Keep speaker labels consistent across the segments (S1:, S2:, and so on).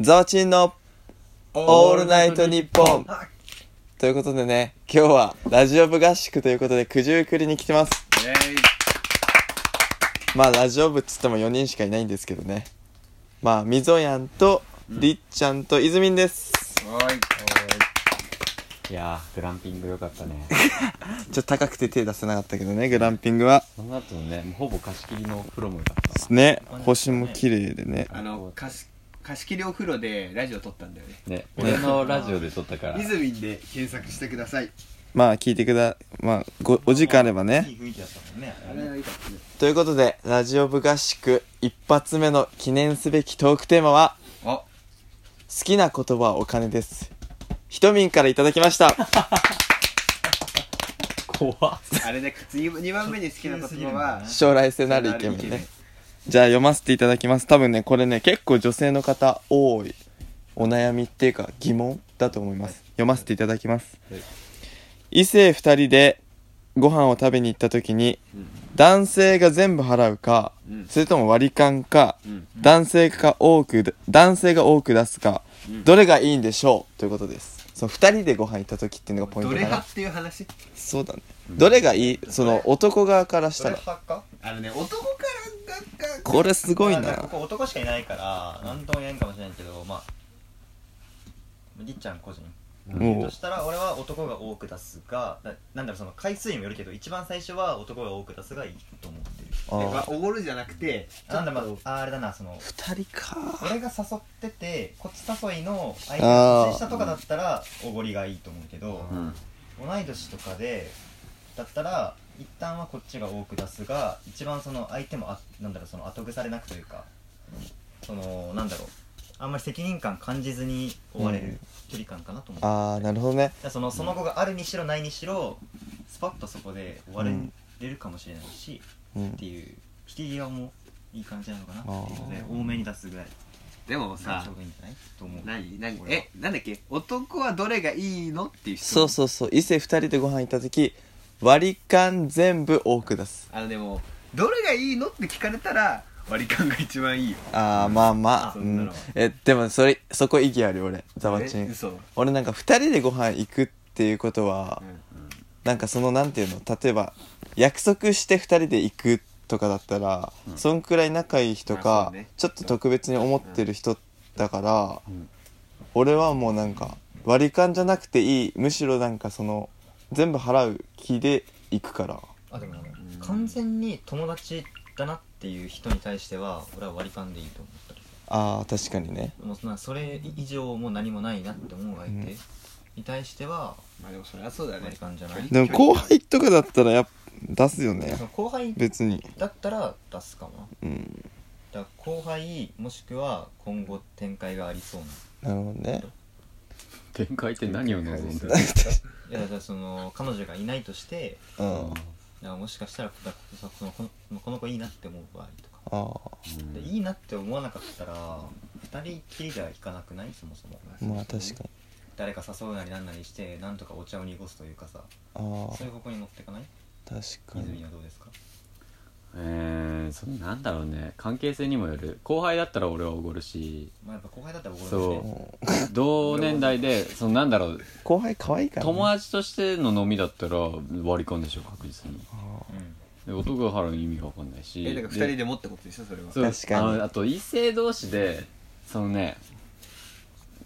S1: ザワチンのオールナイトニッポンということでね、今日はラジオ部合宿ということで九十九里に来てます。
S2: イェイ
S1: まあラジオ部っつっても4人しかいないんですけどね。まあ、みぞやんと、りっちゃんと、いずみんです。
S2: おーい
S3: いやーグランピング良かったね
S1: ちょっと高くて手出せなかったけどね、グランピングは。
S3: その後のねもうほぼ貸し切りのお風呂も良かったわ
S1: ね、星も綺麗でね。
S2: あの貸し貸し切りお風呂でラジオ撮ったんだよね
S3: ね俺のラジオで撮ったから
S2: イズミンで検索してください
S1: まあ、聞いてくだ、まあ、ご、お時間あればね。
S4: 雰囲気だったもんね
S2: あれがいいかったね
S1: ということで、ラジオ部合宿一発目の記念すべきトークテーマは、
S2: あ
S1: 好きな言葉はお金です。ひとみんからいただきました。
S3: 怖っ
S2: あれね2番目に好きな言葉 は
S1: 将来性のあるイケメンね。じゃあ読ませていただきます。多分ね、これね、結構女性の方多いお悩みっていうか疑問だと思います。読ませていただきます。
S3: はい
S1: 異性二人でご飯を食べに行った時に、
S2: ん
S1: 男性が全部払うか、
S2: うん
S1: それとも割り勘か、
S2: うん
S1: 男性が多く、男性が多く出すか、どれがいいんでしょうということです。そう、二人でご飯行った時っていうのがポイン
S2: ど
S1: ト
S2: れ
S1: か
S2: 派
S1: な。
S2: っていう話
S1: そうだね。どれがいいその男側からしたら。
S4: 派か
S2: あのね男からがが
S1: これすごい
S4: まあこ
S1: な。
S4: こ男しかいないから何とも言えんかもしれんけどまありっちゃん個人
S1: もう
S4: としたら俺は男が多く出すがななんだろうその回数にもよるけど一番最初は男が多く出すがいいと思ってる
S1: あー
S2: おごるじゃなくて
S4: なんだまああれだなその
S1: 二人か
S4: 俺が誘っててこっち誘いの相手
S1: あー
S4: が年下とかだったらおごりがいいと思うけど
S3: うん
S4: 同い年とかでだったら一旦はこっちが多く出すが一番その相手もあなんだろうその後腐れなくというかそのなんだろうあんまり責任感感じずに追われ
S1: うん
S4: る距離感かなと思う、だか
S1: ああなるほどね
S4: らそのその後があるにしろないにしろスパッとそこで終われるかもしれないし、
S1: うん
S4: っていう引き際もいい感じなのかなっていうので
S1: あー
S4: 多めに出すぐらい
S2: でも
S4: 出
S2: さ
S4: した方がいいんじゃないと思う
S2: 何何
S4: 俺は
S2: えなんだっけ男はどれがいいのっていう質
S1: そ
S2: 問
S1: うそうそう異性二人でご飯行った時割り勘全部多く出す
S2: あのでもどれがいいのって聞かれたら割り勘が一番いいよ
S1: ああまあまあ、
S2: あ
S1: う
S2: そんな
S1: ん
S2: のは、
S1: えでもそれそこ意義あるよ俺ザワチ
S2: え
S1: ン
S2: 嘘
S1: 俺なんか二人でご飯行くっていうことは、なんかそのなんていうの例えば約束して二人で行くとかだったら、そんくらい仲いい人
S2: あそ
S1: か、
S2: うね
S1: ちょっと特別に思ってる人だから、俺はもうなんか割り勘じゃなくていいむしろなんかその全部払う気で行くから
S4: あでもなんか完全に友達だなっていう人に対しては俺は割り勘でいいと思ったり
S1: あー確かにね
S4: もうなそれ以上もう何もないなって思う相手に対しては
S2: まあでもそりゃそうだね
S4: 割り勘じゃない、
S1: でも後輩とかだったらやっぱ出すよね
S4: その後輩
S1: 別に
S4: だったら出すかもな
S1: うん
S4: だから後輩もしくは今後展開がありそうな
S1: なるほどね
S3: 展開って何を望んでる
S4: いやだからその彼女がいないとして
S1: うんあ
S4: だからもしかしたらだからそのこのこの子いいなって思う場合とか
S1: あ
S4: でいいなって思わなかったら2人きりでは行かなくないそもそも
S1: まあ確かに
S4: 誰か誘うなりなんなりしてなんとかお茶を濁すというかさ
S1: ああ
S4: そういう方向に持っていかない
S1: 確か
S4: 泉
S1: に
S4: はどうですか
S3: えー、そのなんだろうね関係性にもよる後輩だったら俺はおごるし
S4: まあやっぱ後輩だったら怒るんです
S3: そ
S4: ね
S3: う同年代でそのなんだろう
S1: 後輩可愛いから、ね、
S3: 友達としての飲みだったら割り勘でしょ確実に
S4: う
S3: で
S4: ん
S3: 男が払う意味が分かんないし
S2: えなんか二人でもってことでしょそれは
S3: そう
S1: 確かに
S3: あのあと異性同士でそのね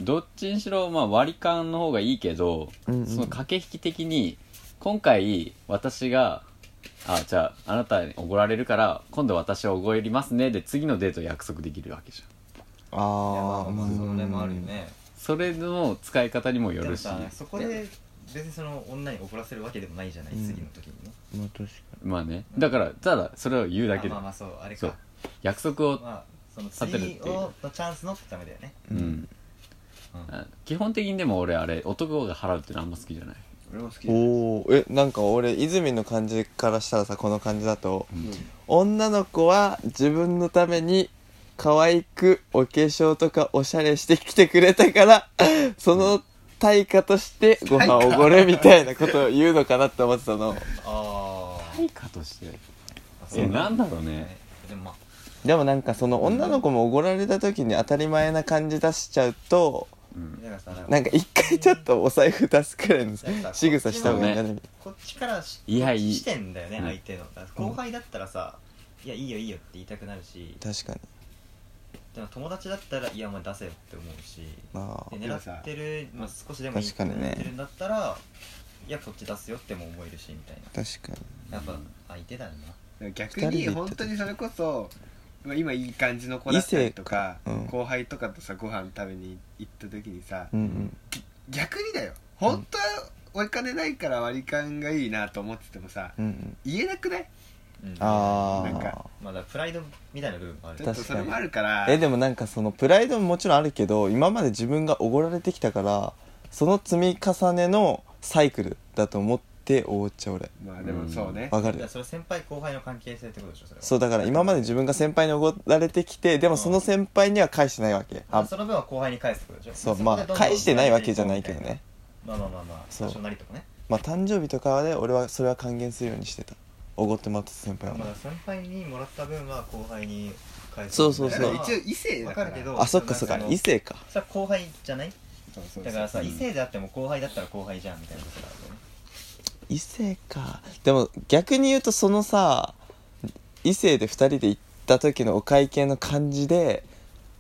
S3: どっちにしろまあ割り勘の方がいいけど、
S1: うんうん
S3: その駆け引き的に今回私があじゃああなたにおごられるから今度私はおごりますねで次のデート約束できるわけじゃん
S1: あ
S4: いやま
S1: あ
S4: あまあそれもあるよね
S3: それの使い方にもよ
S4: でも
S3: るし
S4: さそこで別にその女に怒らせるわけでもないじゃない
S1: うん
S4: 次の時にね
S1: まあ確かに
S3: まあねだからただそれを言うだけで
S4: まあまあそうあれ
S3: そう
S4: か
S3: 約束を
S4: まあその
S3: 立てるってい
S4: 次
S3: う
S4: をのチャンスのってためだよね
S3: うんあ基本的にでも俺あれ男が払うってのあんま好きじゃない
S2: 俺も好きだよ
S1: おおえなんか俺泉の感じからしたらさこの感じだと、
S3: ん
S1: 女の子は自分のために可愛くお化粧とかおしゃれしてきてくれたから その対価としてご飯おごれみたいなことを言うのかなって思ってたの
S4: あ
S3: 対価として
S4: あ
S3: えなんだろうね
S4: でもまあ
S1: でもなんかその女の子もおごられた時に当たり前な感じ出しちゃうと
S3: うん
S4: だからさ
S1: なんか一回ちょっとお財布出すくらいの
S4: やっぱ
S1: 仕草した方がいいんじゃない
S4: こっちからし
S3: いやいい
S4: 視点だよね
S3: うん
S4: 相手のだから後輩だったらさ「いやいいよいいよ」って言いたくなるし
S1: 確かに
S4: でも友達だったら「いやお前出せよ」って思うし
S1: あ
S4: で
S1: あ
S2: でもさ
S4: 狙ってる、まあ、少しでもいい
S1: 確かにね
S4: 狙ってるんだったらいやこっち出すよっても思えるしみたい
S1: 確かに
S4: なやっぱ相手だよな
S1: 二
S2: 逆
S1: 人で
S2: に
S1: 行った
S2: 本当にそれこそまあ今いい感じの子だったりとか
S1: 異性かうん
S2: 後輩とかとさご飯食べに行った時にさ
S1: うんうん
S2: 逆にだよ本当はお金ないから割り勘がいいなと思っててもさ
S1: うんうん
S2: 言えなくない
S4: うん
S1: あ
S2: なん
S1: あ
S2: か
S4: まあだからプライドみたいな部分もある
S2: ちょっとそれもあるから
S1: えでもなんかそのプライドももちろんあるけど今まで自分がおごられてきたからその積み重ねのサイクルだと思っておごっちゃう俺
S2: まあでもそうね
S1: わか
S4: だから
S1: る
S4: それ先輩後輩の関係性ってことでしょそれは
S1: そうだから今まで自分が先輩におごられてきてでもその先輩には返してないわけ
S4: まあ
S1: あ
S4: その分は後輩に返すってことでしょ
S1: そう
S4: こで
S1: ま
S4: ど
S1: あ
S4: んどん
S1: 返してないわけじゃないけどね
S4: まあまあまあまあ
S1: そう
S4: 多少なりとかね
S1: まあ誕生日とかで俺はそれは還元するようにしてたおごってもらってた先輩
S4: ま
S1: は
S4: あ先輩にもらった分は後輩に返す
S1: そうそう
S2: だ
S1: そ
S2: か
S1: う
S2: ら
S1: ま
S2: 一応異性だ
S4: わ
S2: か
S4: からるけど
S1: あそっかそっか
S4: の
S1: 異性か
S4: それは後輩じゃない
S2: そうそうそう
S4: だからさ
S3: うん
S4: 異性であっても後輩だったら後輩じゃんみたいなことだよね
S1: 異性かでも逆に言うとそのさ異性で2人で行った時のお会計の感じで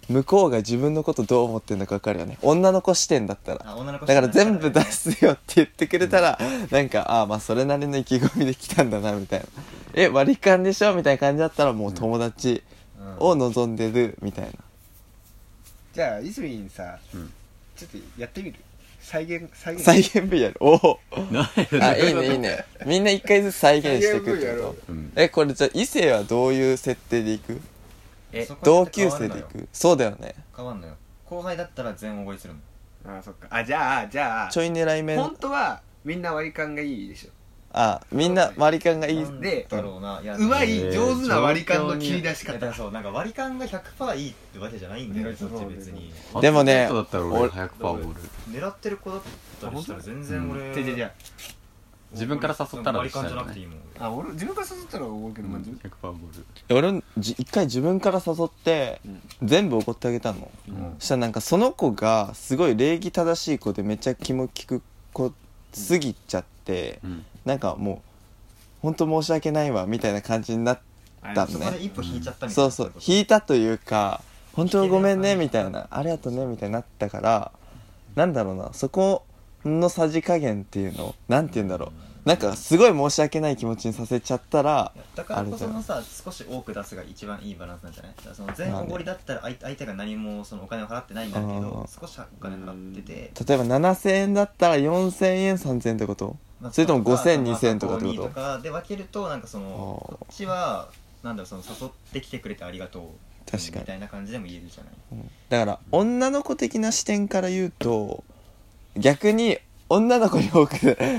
S1: 向こうが自分のことどう思ってるのか分かるよね女の子視点だったら
S4: あ女の子
S1: だから全部出
S4: す
S1: すよって言ってくれたらなんかああまあそれなりの意気込みで来たんだなみたいなえ割り勘でしょみたいな感じだったらもう友達を望んでるみたいな
S2: じゃあいずみんさ
S3: うん
S2: ちょっとやってみる再現再現
S1: 再現 V やるおお
S3: な
S1: あいいねいいねみんな一回ずつ再現していくって
S2: 再現 V やろ
S1: こ
S2: う
S1: と
S3: うん
S1: えこれじゃあ異性はどういう設定でいく
S4: え
S1: 同級生で行くそうだよね
S4: 変わんのよ後輩だったら全覚えするの
S2: あそっかあじゃあじゃあ
S1: ちょい狙い目
S2: 本当はみんな割り勘がいいでしょ
S1: あみんな割り勘がいい
S4: なん
S2: で
S4: だろうないや
S2: うまい
S3: えー
S2: 上手な割り勘の切り出し
S4: いやだか
S2: 方
S4: らそうなんか割り勘が100%いいってわけじゃないんだよ
S2: う
S4: ね
S2: ん
S4: そっち別に
S1: でもね
S3: あの人だったら俺
S1: 俺
S3: 早くパーボール
S4: 狙ってる子だったりしたら全然俺
S2: じゃじゃじゃ
S3: 自分から誘ったら
S4: 割
S3: でし
S4: り
S3: た
S4: 勘じゃ
S3: よ
S4: なくていい
S3: ね
S4: もん
S2: あ俺自分から誘ったら思うけど、まあ、自分
S3: 100パーボール
S1: 俺もじ一回自分から誘って
S2: うん
S1: 全部怒ってあげたの
S4: うん
S1: そしたらなんかその子がすごい礼儀正しい子でめっちゃ気も利く子すぎちゃって
S3: うん
S1: なんかもう本当申し訳ないわみたいな感じになったの
S4: そこで
S1: ね
S4: 一歩引いちゃったみたい
S1: そ
S4: な
S1: うそう引いたというか本当ごめんね
S4: 引
S1: み
S4: け
S1: た
S4: る
S1: いなありがとうねみたいになったからなんだろうなそこのさじ加減っていうのなんて言うんだろうなんかすごい申し訳ない気持ちにさせちゃったら
S4: だからこ
S1: あれ
S4: そ
S1: だ
S4: の
S1: よ
S4: さ少し多く出すが一番いいバランスなんじゃないだからその全おごりだったら相相手が何もそのお金を払ってないんだけ
S1: あ
S4: ど
S1: ー
S4: 少しお金払ってて
S1: 例えば7000円だったら4000円3000円ってこと
S4: まあ
S1: それとも5000 2000
S4: まあ
S1: とかってこと
S4: とかで分けるとなんかその
S1: ああ
S4: こっちはなんだろうその誘ってきてくれてありがとう
S1: 確かに
S4: みたいな感じでも言えるじゃない
S1: だから女の子的な視点から言うと逆に女の子に多く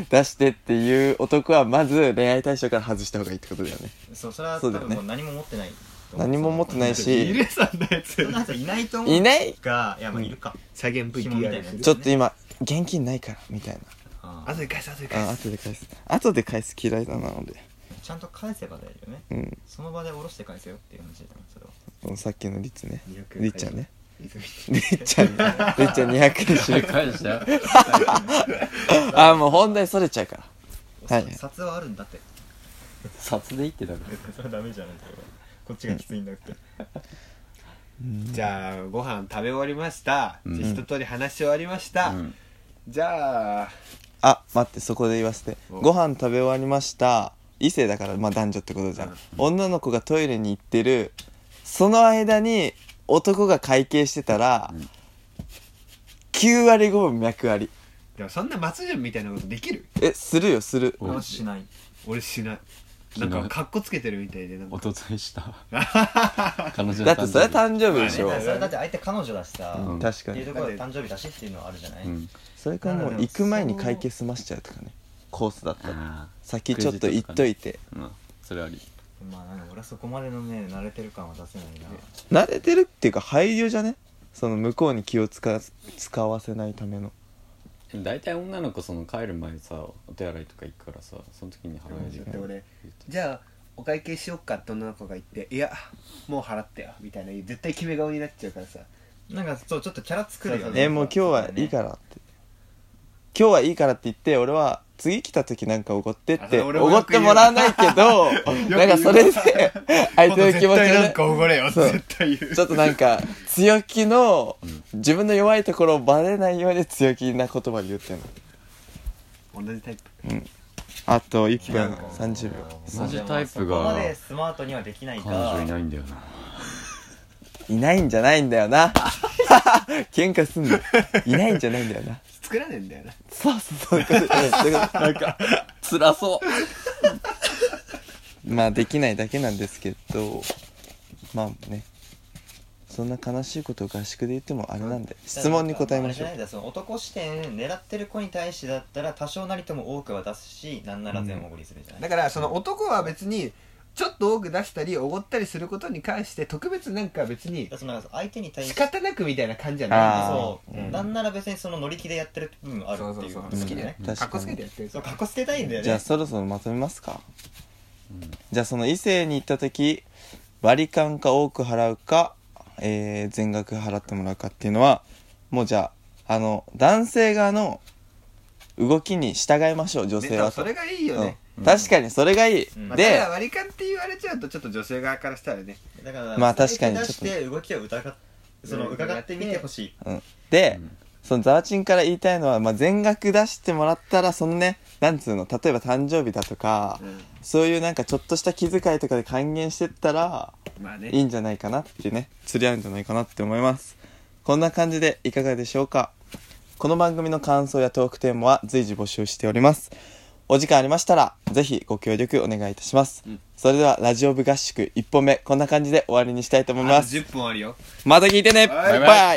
S1: 出してっていう男はまず恋愛対象から外した方がいいってことだよね
S4: そうそれは
S1: そ
S4: 多
S1: うだよ
S4: 分
S1: ね
S4: もう何も持ってないと思う
S1: 何も持ってない
S2: ゆ
S1: し
S2: れさんのやつ
S4: そんな人いないと思
S1: いうない
S4: がいやまあいるか
S2: 再現
S4: 紐みたい
S2: VTR
S4: な
S2: す
S4: や
S2: る
S4: つ
S1: ちょっと今現金ないからみたいな
S4: あ
S2: 後
S4: ー
S2: で返す後で
S1: あ
S2: 返す
S1: 後で返す後で返す嫌いだなので
S4: ちゃんと返せばだよね
S1: うん
S4: その場で下ろして返せよっていう話だよそれは
S1: このさっきのリツね
S2: 200円
S1: りっちゃんね
S2: いずみん
S1: りっちゃんねりっちゃん200にしよう
S3: 返したよ
S1: あもう本題それちゃうからはい
S4: お札はあるんだって
S3: 札で言ってたか
S4: それはダメじゃないそれはこっちがきついんだって
S2: じゃあご飯食べ終わりました、
S3: うん
S2: じゃあ一通り話し終わりました、
S3: らうん
S2: じゃあ
S1: あ待ってそこで言わせて
S2: お
S1: ご飯食べ終わりました異性だからまあ男女ってことじゃん、
S2: うん
S1: 女の子がトイレに行ってるその間に男が会計してたら、
S3: うん
S1: 9割5分脈あり
S2: でもそんな松潤みたいなことできる
S1: えするよする
S3: お
S4: 俺はしない
S2: 俺しない
S3: しな
S2: ないんかかっこつけてるみたいでなんか
S3: おとついした彼女の
S1: だってそれは
S3: 誕
S1: 誕生日でしょ、
S4: まあねだからそれだって相手彼女だしさ
S1: うん
S3: ん
S1: 確
S4: っ
S1: か
S4: てい
S1: に
S4: うところで誕生日だしっていうのはあるじゃない
S3: 生日うん
S1: それかもう行く前に会計済ましちゃうとかねコースだったら
S3: あ
S1: 先ちょっと行っといて
S3: あうんそれあり
S4: まあなんか俺はそこまでのね慣れてる感は出せないな
S1: 慣れてるっていうか配慮じゃねその向こうに気を使わ使わせないための
S3: でも大体女の子その帰る前さお手洗いとか行くからさその時に払えるよ
S2: で俺
S3: 言って
S2: じゃあお会計しよっかって女の子が言っていやもう払ったよみたいな絶対決め顔になっちゃうからさ
S4: なんかそうちょっとキャラ作るよね
S1: えもう今日はいいからって今日はいいからって言って俺は次来た時なんかおごってって
S2: あ
S1: お
S2: 俺も
S1: ご
S2: よ
S1: っ
S2: く言
S1: て
S2: う
S1: もらわないけどなんかそれで相手の気持ちを
S4: 絶対なん
S1: ね
S4: かおごれよ
S1: そう
S4: 絶対言う
S1: ちょっとなんか強気の自分の弱いところをバレないように強気な言葉で言ってんの
S2: 同じタイプ
S1: あと1分30秒
S3: 同じタイプ
S4: そこまで
S3: が
S4: スマートにはできないか
S3: 彼女いないんだよない
S1: ないんじゃないんだよな 喧嘩すんのいないんじゃないんだよな
S2: 作らねえんだよな
S1: そうそうそういうことそういう こと
S3: なんか辛そう
S1: まあできないだけなんですけどまあねそんな悲しいことを合宿で言ってもあれなんで質問に答えましょ
S4: あれじゃな
S1: う
S4: いんだよその男視点狙ってる子に対してだったら多少なりとも多くは出すしなんなら全部おごりするじゃない、
S2: だからその男は別にちょっと多く出したりおごったりすることに関して特別なんか別に
S4: その相手に対し
S2: 仕
S4: て
S2: 方なくみたいな感じじゃ
S1: あ
S2: ない
S1: ー
S4: そう、
S1: うん
S4: なんなら別にその乗り気でやってる部分もある
S2: そう
S4: っ
S2: そ
S4: て
S2: う
S4: いう
S2: そう
S4: こ
S2: 好
S4: とだよ
S2: きで
S4: ね
S1: 確
S2: ね
S1: かに
S2: かっこつけてやってる
S4: そうかっこつけたいんだよね
S1: じゃあそろそろまとめますか、じゃあその異性に行った時割り勘か多く払うか、えー全額払ってもらうかっていうのはもうじゃああの男性側の動きに従いましょう女性は
S2: それがいいよね、
S1: うん確かにそれがいい、
S4: うん
S2: まあ、た
S1: で
S2: だ割り勘って言われちゃうとちょっと女性側からしたらね
S4: だから
S1: まあ確かに
S4: 出
S1: ちょっと
S4: して動きを疑っその伺ってみてほしい
S1: うん、で、そのザワチンから言いたいのは、まあ、全額出してもらったらそのねなんつうの例えば誕生日だとか、
S2: うん
S1: そういうなんかちょっとした気遣いとかで還元してったら
S2: まあね
S1: いいんじゃないかなっていうね釣り合うんじゃないかなって思いますこんな感じでいかがでしょうかこの番組の感想やトークテーマは随時募集しておりますお時間ありましたらぜひご協力お願いいたします、それではラジオ部合宿1本目こんな感じで終わりにしたいと思い
S2: あ
S1: ま
S2: と
S1: す
S2: 10分あるよ
S1: また聞いてねバイバイ